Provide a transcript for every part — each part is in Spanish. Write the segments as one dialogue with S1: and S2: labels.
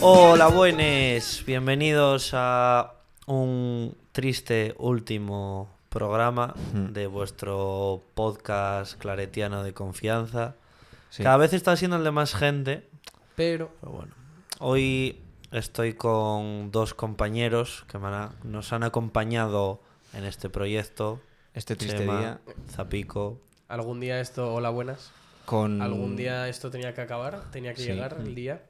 S1: Hola, buenas. Bienvenidos a un triste último programa
S2: Mm.
S1: de vuestro podcast claretiano de confianza.
S2: Sí.
S1: Cada vez está siendo el de más gente,
S3: Pero
S1: pero bueno. Hoy estoy con dos compañeros que me han a- nos han acompañado en este proyecto.
S2: Este triste
S1: Chema,
S2: día
S1: Zapico.
S3: algún día esto, hola buenas.
S2: con...
S3: Algún día esto tenía que acabar, tenía que
S2: Sí.
S3: llegar el día.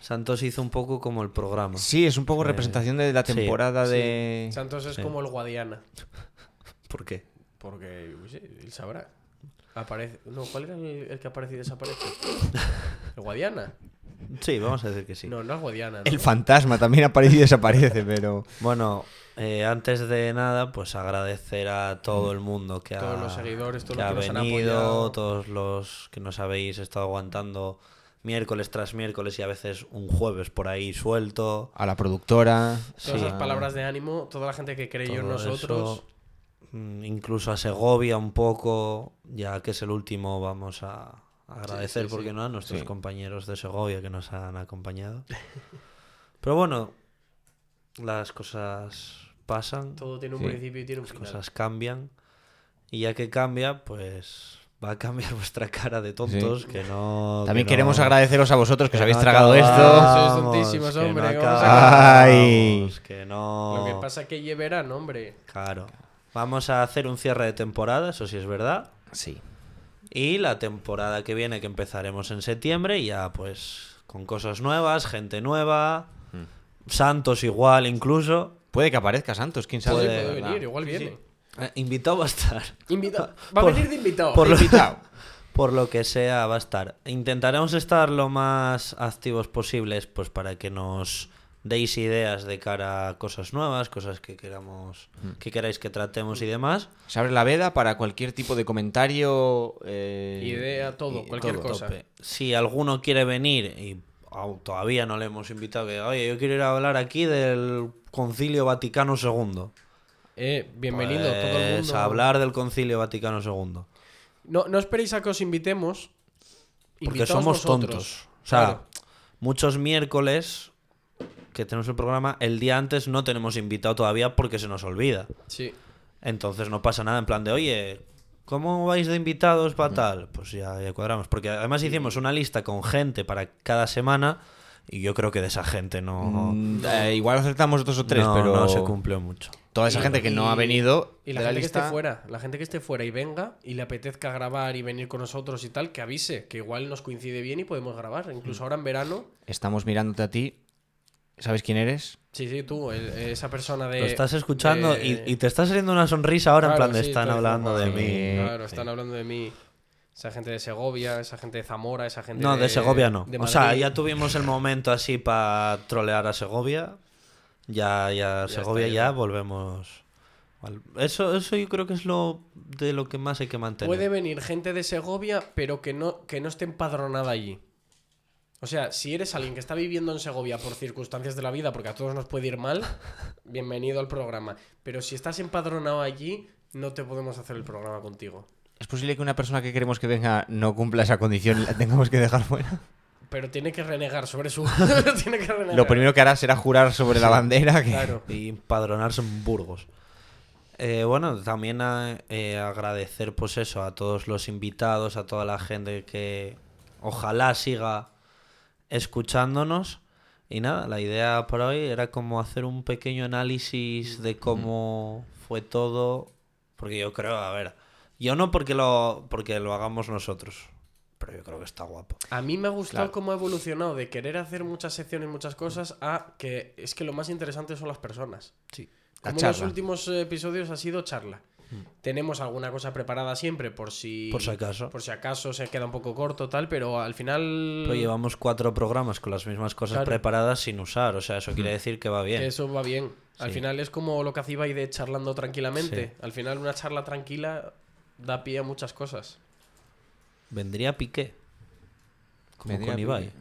S1: Santos hizo un poco como el programa.
S2: Sí, es un poco
S1: Eh,
S2: representación de la
S1: sí,
S2: temporada
S3: Sí.
S2: de...
S3: Santos es
S1: sí.
S3: como el Guadiana,
S1: ¿Por qué?
S3: porque uy, sí, él sabrá. Aparece, no, ¿cuál era el, el que aparece y desaparece? ¿El Guadiana?
S1: Sí, vamos a decir que sí.
S3: No, no es Guadiana. ¿no?
S2: El fantasma también aparece y desaparece, pero...
S1: Bueno, eh, antes de nada, pues agradecer a todo el mundo que ha,
S3: Todos los seguidores, todos
S1: que
S3: los
S1: ha
S3: que nos han
S1: venido,
S3: apoyado.
S1: todos los que nos habéis estado aguantando miércoles tras miércoles y a veces un jueves por ahí suelto.
S2: A la productora...
S3: Todas
S1: sí.
S3: las palabras de ánimo, toda la gente que creyó en
S1: todo
S3: nosotros.
S1: eso, mm, incluso a Segovia un poco, ya que es el último, vamos a agradecer,
S3: sí,
S1: porque
S3: sí.
S1: no, a nuestros
S2: Sí.
S1: compañeros de Segovia que nos han acompañado. Pero bueno, las cosas pasan.
S3: Todo tiene un
S2: Sí.
S3: principio y tiene un
S1: las
S3: final.
S1: cosas cambian. Y ya que cambia, pues va a cambiar vuestra cara de tontos, que no...
S2: También
S1: que
S2: queremos
S1: no-
S2: agradeceros a vosotros que os
S1: no
S2: habéis tragado esto.
S3: acabamos.
S1: acabamos,
S3: Sois tontísimos,
S1: que
S3: hombre,
S1: No
S3: que vamos a
S2: acabar.
S1: acabamos, que no...
S3: Lo que pasa es que llevarán, hombre.
S1: Claro. Vamos a hacer un cierre de temporada, eso sí es verdad.
S2: Sí.
S1: Y la temporada que viene, que empezaremos en septiembre, ya pues con cosas nuevas, gente nueva,
S2: Mm.
S1: Santos igual incluso.
S2: Puede que aparezca Santos, quién sabe.
S3: Puede,
S1: Puede,
S3: venir,
S1: ¿verdad?
S3: igual viene.
S1: Eh, invitado va a estar.
S3: Invita- Va a
S1: Por-
S3: venir de invitado.
S1: por lo-
S2: Invitado.
S1: Por lo que sea, va a estar. Intentaremos estar lo más activos posibles, pues para que nos deis ideas de cara a cosas nuevas, cosas que queramos, que queráis que tratemos y demás.
S2: Se abre la veda para cualquier tipo de comentario... eh,
S3: Idea, todo,
S2: y-
S3: cualquier cosa.
S2: tope.
S1: Si alguno quiere venir y au- todavía no le hemos invitado, que oye, yo quiero ir a hablar aquí del Concilio Vaticano II.
S3: Eh, bienvenido,
S1: Pues,
S3: todo el mundo.
S1: A hablar del Concilio Vaticano II.
S3: No, no esperéis a que os invitemos.
S1: Porque
S3: Invitaos
S1: somos
S3: vosotros.
S1: tontos. O sea,
S3: Claro.
S1: muchos miércoles que tenemos el programa, el día antes no tenemos invitado todavía porque se nos olvida.
S3: Sí.
S1: Entonces no pasa nada en plan de, oye, ¿cómo vais de invitados para tal? Pues ya, ya cuadramos. Porque además hicimos una lista con gente para cada semana y yo creo que de esa gente no,
S2: Mm, eh, igual acertamos dos o tres,
S1: no-
S2: pero...
S1: no se cumplió mucho.
S2: Toda esa
S3: Y-
S2: gente que no ha
S3: y-
S2: venido...
S3: Y la
S2: de
S3: gente que
S2: lista-
S3: esté fuera, la gente que esté fuera y venga y le apetezca grabar y venir con nosotros y tal, que avise, que igual nos coincide bien y podemos grabar. Incluso ahora en verano.
S2: Estamos mirándote a ti. ¿Sabes quién eres?
S3: Sí, sí, tú, el- esa persona de.
S1: Lo estás escuchando
S3: de-
S1: y, y te está saliendo una sonrisa ahora en
S3: Eh, Claro,
S1: plan de
S3: sí,
S1: están
S3: estoy
S1: hablando de
S3: como,
S1: mí.
S2: "Eh,
S3: Claro, están hablando de mí. Esa gente de Segovia, esa gente de Zamora, esa gente
S1: No,
S3: de.
S1: de Segovia no.
S3: de
S1: o sea,
S3: Madrid.
S1: ya tuvimos el momento así para trolear a Segovia. Ya, ya, Segovia
S3: está,
S1: ya,
S3: ya.
S1: volvemos. al- Eso, eso yo creo que es lo de lo que más hay que mantener.
S3: Puede venir gente de Segovia, pero que no, que no esté empadronada allí. O sea, si eres alguien que está viviendo en Segovia por circunstancias de la vida, porque a todos nos puede ir mal, bienvenido al programa. Pero si estás empadronado allí, no te podemos hacer el programa contigo.
S2: ¿Es posible que una persona que queremos que venga no cumpla esa condición y la tengamos que dejar fuera?
S3: Pero tiene que renegar sobre su. tiene que renegar.
S2: Lo primero que hará será jurar sobre la bandera. que-
S3: Claro.
S1: Y empadronarse en Burgos. Eh, bueno, también a- eh, agradecer pues eso a todos los invitados, a toda la gente que ojalá siga escuchándonos. Y nada, la idea por hoy era como hacer un pequeño análisis de cómo fue todo. Porque yo creo, a ver, yo no porque lo, porque lo hagamos nosotros, pero yo creo que está guapo.
S3: A mí me ha gustado
S2: Claro.
S3: cómo ha evolucionado de querer hacer muchas secciones, muchas cosas, a que es que lo más interesante son las personas.
S1: Sí.
S2: La
S3: Como los
S2: charla.
S3: últimos eh, episodios ha sido charla. Tenemos alguna cosa preparada siempre por si
S1: Mm. Por si acaso.
S3: por si acaso se queda un poco corto tal, pero al final
S1: Pero llevamos cuatro programas con las mismas cosas
S3: Claro.
S1: preparadas sin usar, o sea, eso quiere decir que va bien.
S3: que eso va bien. Al
S1: Sí.
S3: final es como lo que hacía Ibai de charlando tranquilamente.
S1: Sí.
S3: Al final una charla tranquila da pie a muchas cosas.
S1: Vendría Piqué. Como
S2: Vendría
S1: con Ibai.
S2: Piqué.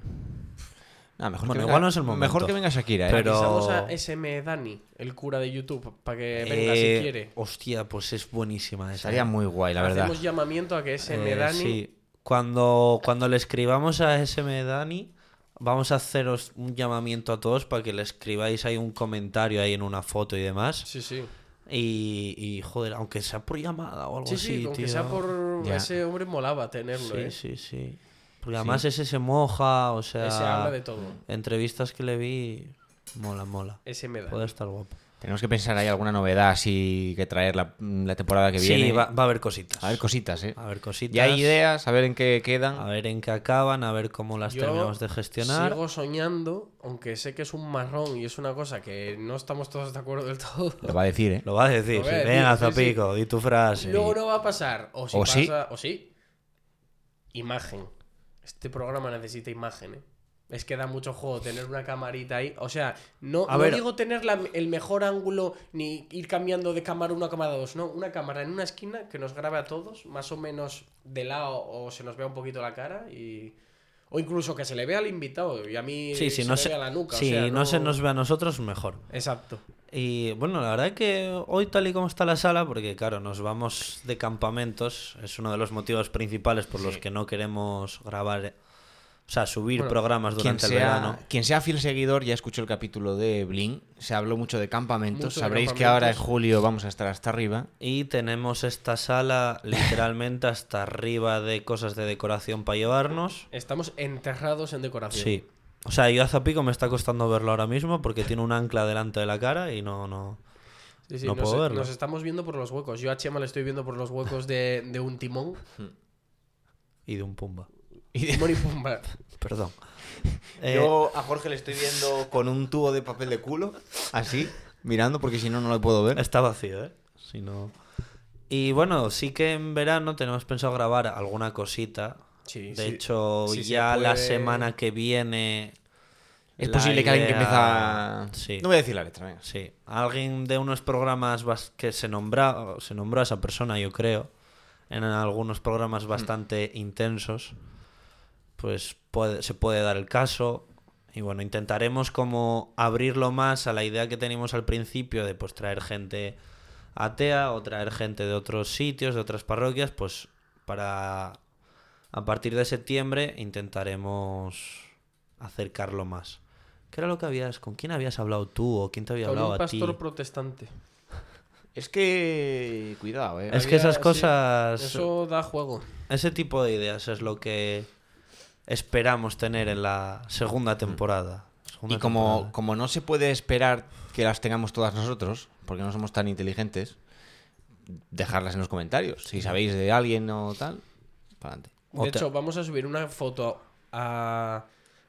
S2: Nah, Ah, mejor
S1: Bueno,
S2: que
S1: igual no es el momento.
S2: Mejor que venga Shakira, ¿eh?
S1: Pero-
S3: Avisamos a SM Dani, el cura de YouTube, para que venga
S1: Eh,
S3: si quiere.
S1: Hostia, pues es buenísima esa.
S2: Estaría muy guay, la verdad.
S3: Hacemos llamamiento a que SM
S1: Eh,
S3: Dani
S1: sí. Cuando, cuando le escribamos a SM Dani, vamos a haceros un llamamiento a todos para que le escribáis ahí un comentario ahí en una foto y demás.
S3: Sí, sí.
S1: Y, y, joder, aunque sea por llamada o algo
S3: Sí,
S1: así,
S3: sí, aunque
S1: tío.
S3: sea por.
S2: Ya.
S3: Ese hombre molaba tenerlo,
S1: Sí,
S3: ¿eh?
S1: sí, sí. Porque además ese se moja, o sea.
S3: Ese habla de todo.
S1: Entrevistas que le vi, mola, mola.
S3: Ese me da.
S1: Puede estar guapo.
S2: Tenemos que pensar, ¿hay alguna novedad así que traer la, mm, la temporada que viene?
S1: Sí, va, va a haber cositas.
S2: A ver cositas, ¿eh?
S1: A ver cositas.
S2: Ya hay ideas, a ver en qué quedan.
S1: A ver en qué acaban, a ver cómo las
S3: Yo
S1: terminamos de gestionar.
S3: Sigo soñando, aunque sé que es un marrón y es una cosa que no estamos todos de acuerdo del todo.
S2: Lo va a decir, ¿eh?
S1: Lo vas a decir.
S3: Lo voy
S1: sí.
S3: a decir,
S1: Venga,
S3: sí, sí.
S1: Zapico, di tu frase.
S3: Luego no va a pasar. O si
S2: O sí.
S3: pasa, o sí. Imagen. Este programa necesita imagen, ¿eh? Es que da mucho juego tener una camarita ahí. O sea, no,
S1: A
S3: no
S1: ver.
S3: digo tener la- el mejor ángulo ni ir cambiando de cámara uno a cámara dos. No, una cámara en una esquina que nos grabe a todos, más o menos de lado o se nos vea un poquito la cara y... O incluso que se le vea al invitado y a mí
S1: Sí, si
S3: se
S1: no
S3: me
S1: se,
S3: vea la nuca. o
S1: si
S3: sea,
S1: no se nos ve a nosotros, mejor.
S3: Exacto.
S1: Y bueno, la verdad que hoy tal y como está la sala, porque claro, nos vamos de campamentos, es uno de los motivos principales por los que no queremos grabar, o sea, subir
S3: Bueno,
S1: programas
S2: Quien
S1: durante el verano.
S2: sea, quien sea fiel seguidor ya escuchó el capítulo de Blink. Se habló mucho de campamentos.
S3: Mucho de
S2: Sabréis que
S3: campamentos.
S2: ahora en julio vamos a estar hasta arriba.
S1: Y tenemos esta sala literalmente hasta arriba de cosas de decoración para llevarnos.
S3: Estamos enterrados en decoración.
S1: Sí. O sea, yo a Zapico me está costando verlo ahora mismo porque tiene un ancla delante de la cara y no, no.
S3: Sí, sí,
S1: No
S3: nos, e-,
S1: puedo verlo.
S3: nos estamos viendo por los huecos. Yo a Chema le estoy viendo por los huecos de, de un timón.
S1: Y de un pumba.
S2: Y
S3: Timón y Pumba.
S1: Perdón. Eh,
S2: Yo a Jorge le estoy viendo con un tubo de papel de culo. Así, mirando, porque si no, no lo puedo ver.
S1: Está vacío, ¿eh? Si no... Y bueno, sí que en verano tenemos pensado grabar alguna cosita.
S3: Sí,
S1: de
S3: sí.
S1: hecho,
S3: Sí se
S1: ya la
S3: puede.
S1: semana que viene...
S2: Es
S1: la
S2: posible que alguien que
S1: idea-
S2: empieza.
S1: Sí.
S2: No voy a decir la letra, venga.
S1: Sí, alguien de unos programas bas- que se, nombra, se nombró a esa persona, yo creo, en algunos programas bastante intensos, pues puede- se puede dar el caso. Y bueno, intentaremos como abrirlo más a la idea que teníamos al principio de pues traer gente atea o traer gente de otros sitios, de otras parroquias, pues para a partir de septiembre intentaremos acercarlo más. ¿Qué era lo que habías? ¿Con quién habías hablado tú o quién te había
S3: Con
S1: hablado
S3: un
S1: a ti?
S3: pastor protestante.
S2: Es que. Cuidado, eh.
S1: Es que
S3: Había-
S1: esas
S3: sí,
S1: cosas,
S3: Eso da juego.
S1: ese tipo de ideas es lo que esperamos tener en la segunda temporada. Segunda
S2: Mm. Y como,
S1: temporada.
S2: como no se puede esperar que las tengamos todas nosotros, porque no somos tan inteligentes, dejarlas en los comentarios. Si sabéis de alguien o tal, para adelante.
S1: O
S3: De
S1: te-
S3: hecho, vamos a subir una foto a,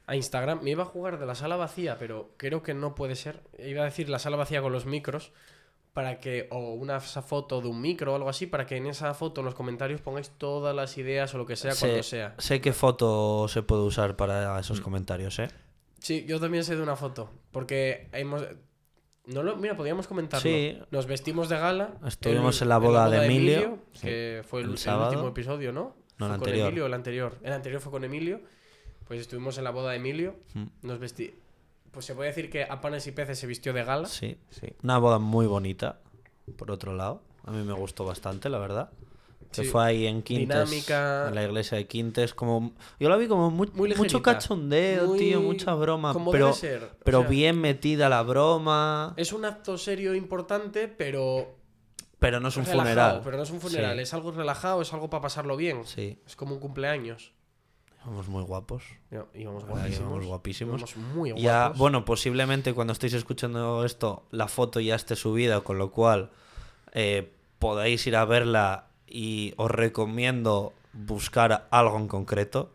S3: a Instagram. Me iba a jugar de la sala vacía, pero creo que no puede ser. Iba a decir la sala vacía con los micros. Para que, o una esa foto de un micro o algo así, para que en esa foto, en los comentarios, pongáis todas las ideas o lo que sea,
S1: sé,
S3: cuando sea.
S1: sé qué foto se puede usar para esos
S2: Mm.
S1: comentarios, ¿eh?
S3: Sí, yo también sé de una foto. Porque hemos. No lo, mira, podíamos comentarlo.
S1: Sí.
S3: Nos vestimos de gala.
S1: Estuvimos en la boda de Emilio,
S3: que fue el,
S1: el
S3: el
S1: sábado.
S3: último episodio,
S1: No, el
S3: ¿no? Fue con
S1: anterior.
S3: Emilio, el anterior. El anterior fue con Emilio. Pues estuvimos en la boda de Emilio.
S1: Mm.
S3: Nos vestí. Pues se puede decir que a panes y peces se vistió de gala.
S1: Sí.
S2: Sí.
S1: Una boda muy bonita, por otro lado. A mí me gustó bastante, la verdad. Se
S3: Sí.
S1: fue ahí en Quintes,
S3: Dinámica.
S1: en la iglesia de Quintes, como yo la vi como mu-
S3: Muy
S1: mucho
S3: ligerita.
S1: cachondeo,
S3: Muy-
S1: tío, mucha broma,
S3: como
S1: pero
S3: debe ser, o
S1: pero
S3: sea-
S1: bien metida la broma,
S3: Es un acto serio importante, pero.
S1: pero no es un
S3: relajado,
S1: funeral.
S3: Pero no es un funeral.
S1: Sí.
S3: Es algo relajado, es algo para pasarlo bien.
S1: Sí,
S3: Es como un cumpleaños.
S1: somos muy guapos.
S3: No, Íbamos
S1: verdad que íbamos
S3: guapísimos.
S1: guapísimos.
S3: Íbamos muy guapos.
S1: Ya, bueno, posiblemente cuando estéis escuchando esto, la foto ya esté subida, con lo cual eh, podáis ir a verla y os recomiendo buscar algo en concreto.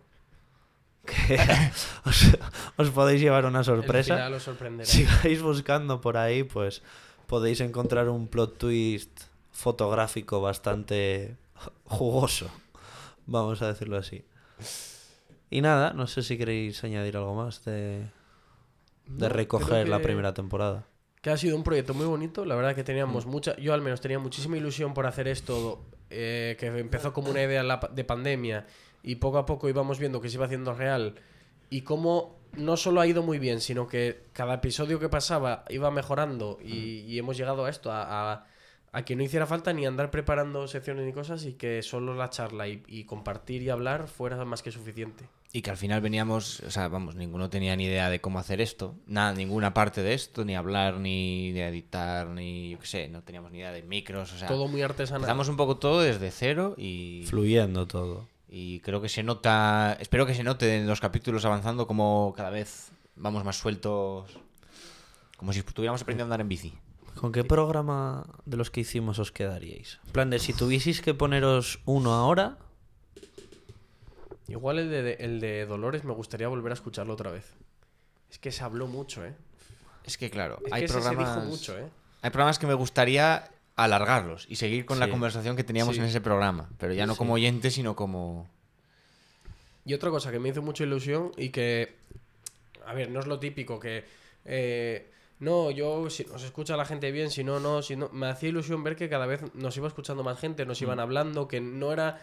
S1: Que os, os podéis llevar una sorpresa.
S3: El final os sorprenderá.
S1: Si vais buscando por ahí, pues podéis encontrar un plot twist fotográfico bastante jugoso. Vamos a decirlo así. Y nada, no sé si queréis añadir algo más de,
S3: No,
S1: de
S3: creo
S1: recoger la
S3: que-
S1: primera temporada.
S3: Que ha sido un proyecto muy bonito. La verdad que teníamos mucha. Yo al menos tenía muchísima ilusión por hacer esto. eh, que empezó como una idea la pa- de pandemia. Y poco a poco íbamos viendo que se iba haciendo real. Y cómo no solo ha ido muy bien, sino que cada episodio que pasaba iba mejorando. Y, y hemos llegado a esto, a, a- a a que no hiciera falta ni andar preparando secciones ni cosas y que solo la charla y, y compartir y hablar fuera más que suficiente.
S2: Y que al final veníamos, o sea, vamos, ninguno tenía ni idea de cómo hacer esto, nada, ninguna parte de esto, ni hablar, ni de editar, ni yo qué sé, no teníamos ni idea de micros, o sea,
S3: Todo muy artesanal.
S2: empezamos un poco todo desde cero y,
S1: Fluyendo todo.
S2: y creo que se nota, espero que se note en los capítulos avanzando como cada vez vamos más sueltos, como si estuviéramos aprendiendo a andar en bici.
S1: ¿Con qué programa de los que hicimos os quedaríais? En plan de si tuvieseis que poneros uno ahora,
S3: Igual el de, el de Dolores me gustaría volver a escucharlo otra vez. Es que se habló mucho, ¿eh?
S2: Es que claro,
S3: Es
S2: hay
S3: que ese se
S2: programas...
S3: dijo mucho, ¿eh?
S2: Hay programas que me gustaría alargarlos y seguir con la
S1: Sí.
S2: conversación que teníamos
S3: Sí.
S2: en ese programa, pero ya no como oyente, sino como...
S3: Y otra cosa que me hizo mucha ilusión y que, a ver, no es lo típico que, eh, no, yo, si nos escucha la gente bien, si no, no, si no, me hacía ilusión ver que cada vez nos iba escuchando más gente,
S2: Mm.
S3: nos iban hablando, que no era,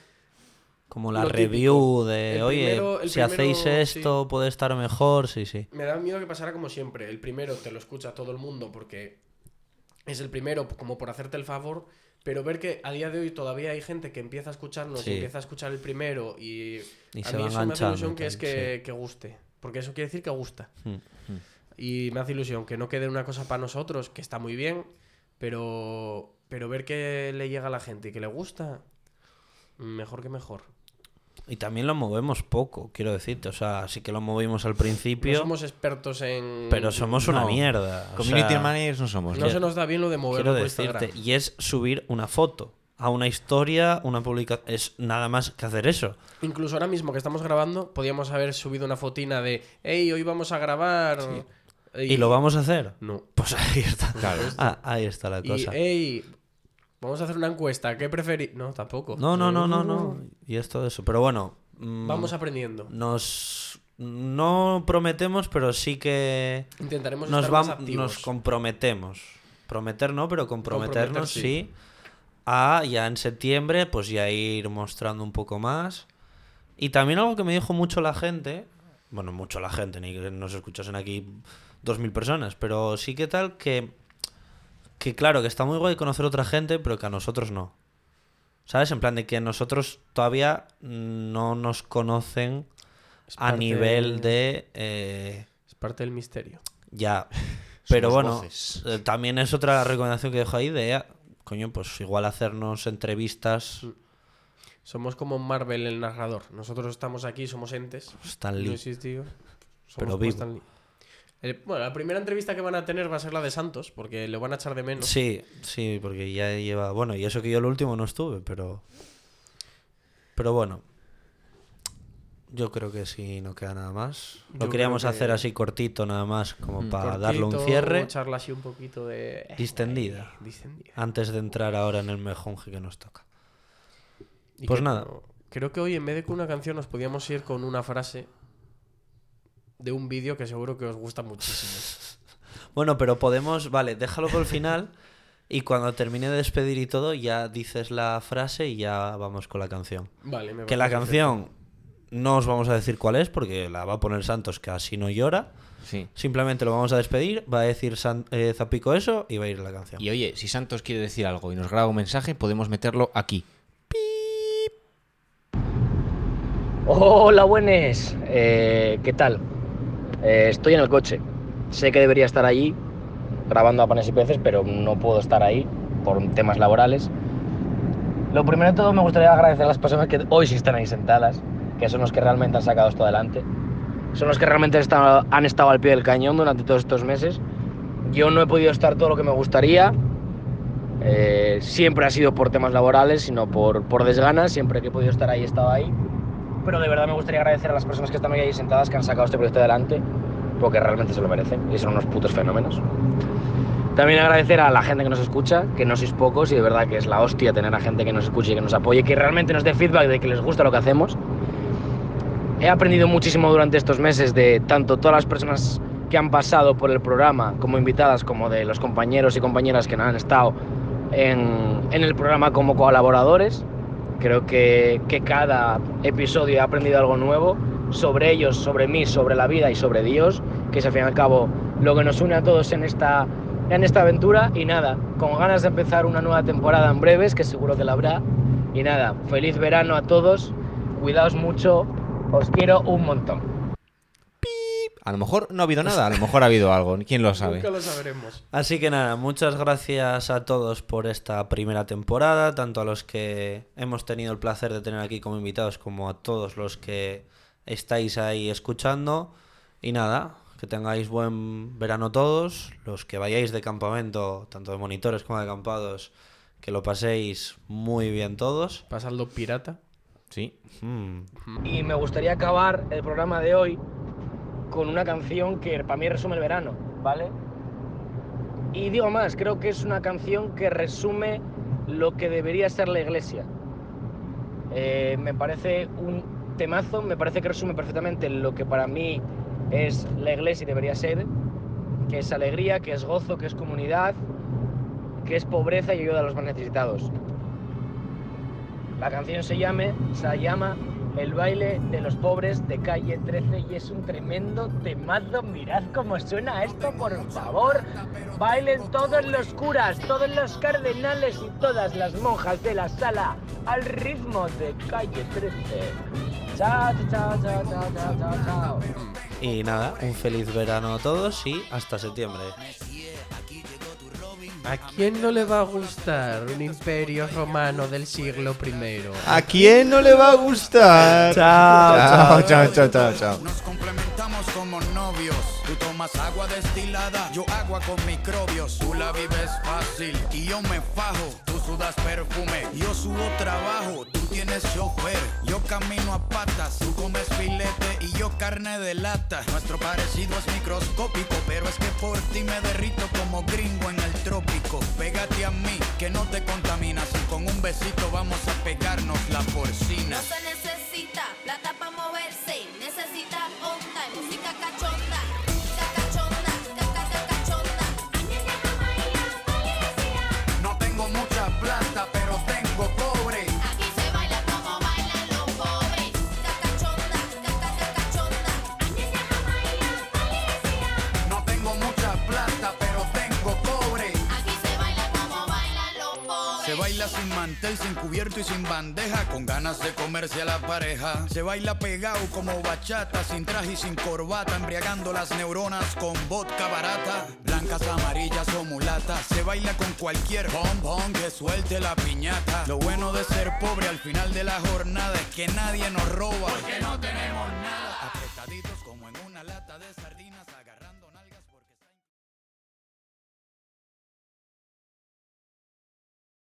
S1: como la
S3: Lo típico.
S1: review de,
S3: El
S1: oye,
S3: primero- el
S1: si
S3: primero,
S1: hacéis esto puede estar mejor, sí, sí.
S3: me daba miedo que pasara como siempre, el primero te lo escucha todo el mundo porque es el primero, pues, como por hacerte el favor, pero ver que a día de hoy todavía hay gente que empieza a escucharnos
S1: Sí.
S3: y empieza a escuchar el primero y,
S1: Y
S3: a
S1: se
S3: mí
S1: va
S3: eso me hace
S1: enganchando
S3: ilusión
S1: y
S3: que es
S1: tal,
S3: que, que guste, porque eso quiere decir que gusta.
S1: Mm.
S3: Y me hace ilusión que no quede una cosa para nosotros, que está muy bien, pero, pero ver que le llega a la gente y que le gusta, mejor que mejor.
S1: Y también lo movemos poco, quiero decirte. O sea, sí que lo movimos al
S3: No
S1: principio,
S3: somos expertos en...
S1: pero somos una
S2: No.
S1: mierda. o
S2: Community
S1: sea,
S2: managers no somos.
S3: No
S2: ¿no?
S3: se nos da bien lo de moverlo
S1: quiero
S3: por
S1: decirte.
S3: Instagram.
S1: Y es subir una foto a una historia, una publicación. Es nada más que hacer eso.
S3: Incluso ahora mismo que estamos grabando, podíamos haber subido una fotina de, hey, hoy vamos a grabar...
S1: Y lo vamos a hacer.
S3: No.
S1: Pues ahí está.
S2: Claro.
S1: Ah, ahí está la
S3: Y,
S1: cosa.
S3: hey, vamos a hacer una encuesta, ¿qué preferís? No, tampoco.
S1: No, no, no, no, no. Y es todo eso. Pero bueno. mm,
S3: Uh. Vamos aprendiendo.
S1: Nos. No prometemos, pero sí que.
S3: Intentaremos
S1: nos,
S3: estar más
S1: vam-
S3: activos.
S1: nos comprometemos. Prometer no, pero comprometernos
S3: Comprometer,
S1: sí. A ya en septiembre, pues ya ir mostrando un poco más. Y también algo que me dijo mucho la gente, bueno, mucho la gente, ni que nos escuchasen aquí 2.000 personas, pero sí que tal que, que claro, que está muy guay conocer otra gente, pero que a nosotros no. ¿Sabes? En plan de que nosotros todavía no nos conocen
S3: Es
S1: a
S3: parte-
S1: nivel de... eh,
S3: Es parte del misterio.
S1: ya. Pero bueno,
S2: voces.
S1: eh, también es otra recomendación que dejo ahí de, ah, coño, pues igual hacernos entrevistas.
S3: Somos como Marvel el narrador. Nosotros estamos aquí, somos entes.
S1: Stan
S3: No
S1: Lee.
S3: existió. Somos
S1: Pero
S3: como
S1: vivo.
S3: Stan Lee. Eh, bueno, la primera entrevista que van a tener va a ser la de Santos, porque le van a echar de menos.
S1: Sí, sí, porque ya lleva... Bueno, y eso que yo el último no estuve, pero... Pero bueno. Yo creo que sí, no queda nada más. Lo
S3: Yo
S1: queríamos
S3: creo que-
S1: hacer así cortito nada más, como
S2: Mm.
S1: para
S3: Cortito,
S1: darle un cierre.
S3: Charla así un poquito de. eh,
S1: Distendida. Ah,
S3: Distendida.
S1: Antes de entrar ahora en el mejonje que nos toca.
S3: Y
S1: Pues
S3: que-
S1: nada.
S3: Creo que hoy en vez de con una canción nos podíamos ir con una frase de un vídeo que seguro que os gusta muchísimo.
S1: Bueno, pero podemos, vale, déjalo por el final y cuando termine de despedir y todo, ya dices la frase y ya vamos con la canción.
S3: Vale, me
S1: Que la
S3: parece
S1: canción no os vamos a decir cuál es porque la va a poner Santos que así no llora.
S2: Sí.
S1: Simplemente lo vamos a despedir, va a decir San- eh, Zapico eso y va a ir la canción.
S2: Y oye, si Santos quiere decir algo y nos graba un mensaje, podemos meterlo aquí.
S4: Hola, buenas. Eh, ¿Qué tal? Eh, estoy en el coche. Sé que debería estar allí grabando a panes y peces, pero no puedo estar ahí por temas laborales. Lo primero de todo, me gustaría agradecer a las personas que hoy sí están ahí sentadas, que son los que realmente han sacado esto adelante. Son los que realmente han estado, han estado al pie del cañón durante todos estos meses. Yo no he podido estar todo lo que me gustaría. Eh, siempre ha sido por temas laborales, sino por, por desganas. Siempre que he podido estar ahí, he estado ahí pero de verdad me gustaría agradecer a las personas que están hoy ahí sentadas que han sacado este proyecto adelante porque realmente se lo merecen y son unos putos fenómenos. También agradecer a la gente que nos escucha, que no sois pocos y de verdad que es la hostia tener a gente que nos escuche y que nos apoye, que realmente nos dé feedback de que les gusta lo que hacemos. He aprendido muchísimo durante estos meses de tanto todas las personas que han pasado por el programa como invitadas, como de los compañeros y compañeras que han estado en, en el programa como colaboradores. Creo que, que cada episodio he aprendido algo nuevo sobre ellos, sobre mí, sobre la vida y sobre Dios, que es al fin y al cabo lo que nos une a todos en esta, en en esta aventura y nada, con ganas de empezar una nueva temporada en breves, que seguro que la habrá. Y nada, feliz verano a todos, cuidaos mucho, os quiero un montón.
S2: A lo mejor no ha habido nada, a lo mejor ha habido algo, quién lo sabe.
S3: Nunca lo sabremos.
S1: Así que nada, muchas gracias a todos por esta primera temporada, tanto a los que hemos tenido el placer de tener aquí como invitados como a todos los que estáis ahí escuchando. Y nada, que tengáis buen verano todos, los que vayáis de campamento, tanto de monitores como de acampados, que lo paséis muy bien todos.
S3: Pasadlo pirata.
S2: Sí.
S1: Mm,
S4: Y me gustaría acabar el programa de hoy con una canción que para mí resume el verano, ¿vale? Y digo más, creo que es una canción que resume lo que debería ser la iglesia. Eh, me parece un temazo, me parece que resume perfectamente lo que para mí es la iglesia y debería ser, que es alegría, que es gozo, que es comunidad, que es pobreza y ayuda a los más necesitados. La canción se, llame, se llama El baile de los pobres de calle 13 y es un tremendo temazo. Mirad cómo suena esto, por favor. Bailen todos los curas, todos los cardenales y todas las monjas de la sala al ritmo de calle 13. Chao, chao, chao, chao, chao, chao, chao.
S1: Y nada, un feliz verano a todos y hasta septiembre.
S3: ¿A quién no le va a gustar un imperio romano del siglo I?
S2: ¿A quién no le va a gustar? Chao, chao, chao, chao, chao.
S5: Nos complementamos como novios. Tú tomas agua destilada, yo agua con microbios. Tú la vives fácil y yo me fajo. Tú sudas perfume, yo subo trabajo. Tú tienes chofer, yo camino a patas. Tú comes filete y yo carne de lata. Nuestro parecido es microscópico, pero es que por ti me derrito como gringo en el trópico. Pégate a mí, que no te contaminas. Y con un besito vamos a pegarnos la porcina.
S6: No se necesita plata para moverse, necesita onda y música cachonda. Música cachonda, caca, caca, cachonda.
S5: No tengo mucha plata, pero tengo cobre.
S6: Aquí se baila como bailan los pobres. Música cachonda, caca, caca, cachonda.
S5: No tengo mucha plata, pero tengo cobre.
S6: Aquí se baila como bailan los pobres.
S5: Se baila sin mantel, sin cubierto y sin bandeja, con ganas de comerse a la pareja. Se baila pegado como bachata, sin traje y sin corbata, embriagando las neuronas con vodka barata. Blancas, amarillas o mulatas, se baila con cualquier bombón que suelte la piñata. Lo bueno de ser pobre al final de la jornada es que nadie nos roba. Porque no tenemos nada. Apretaditos como en una lata de sardinas.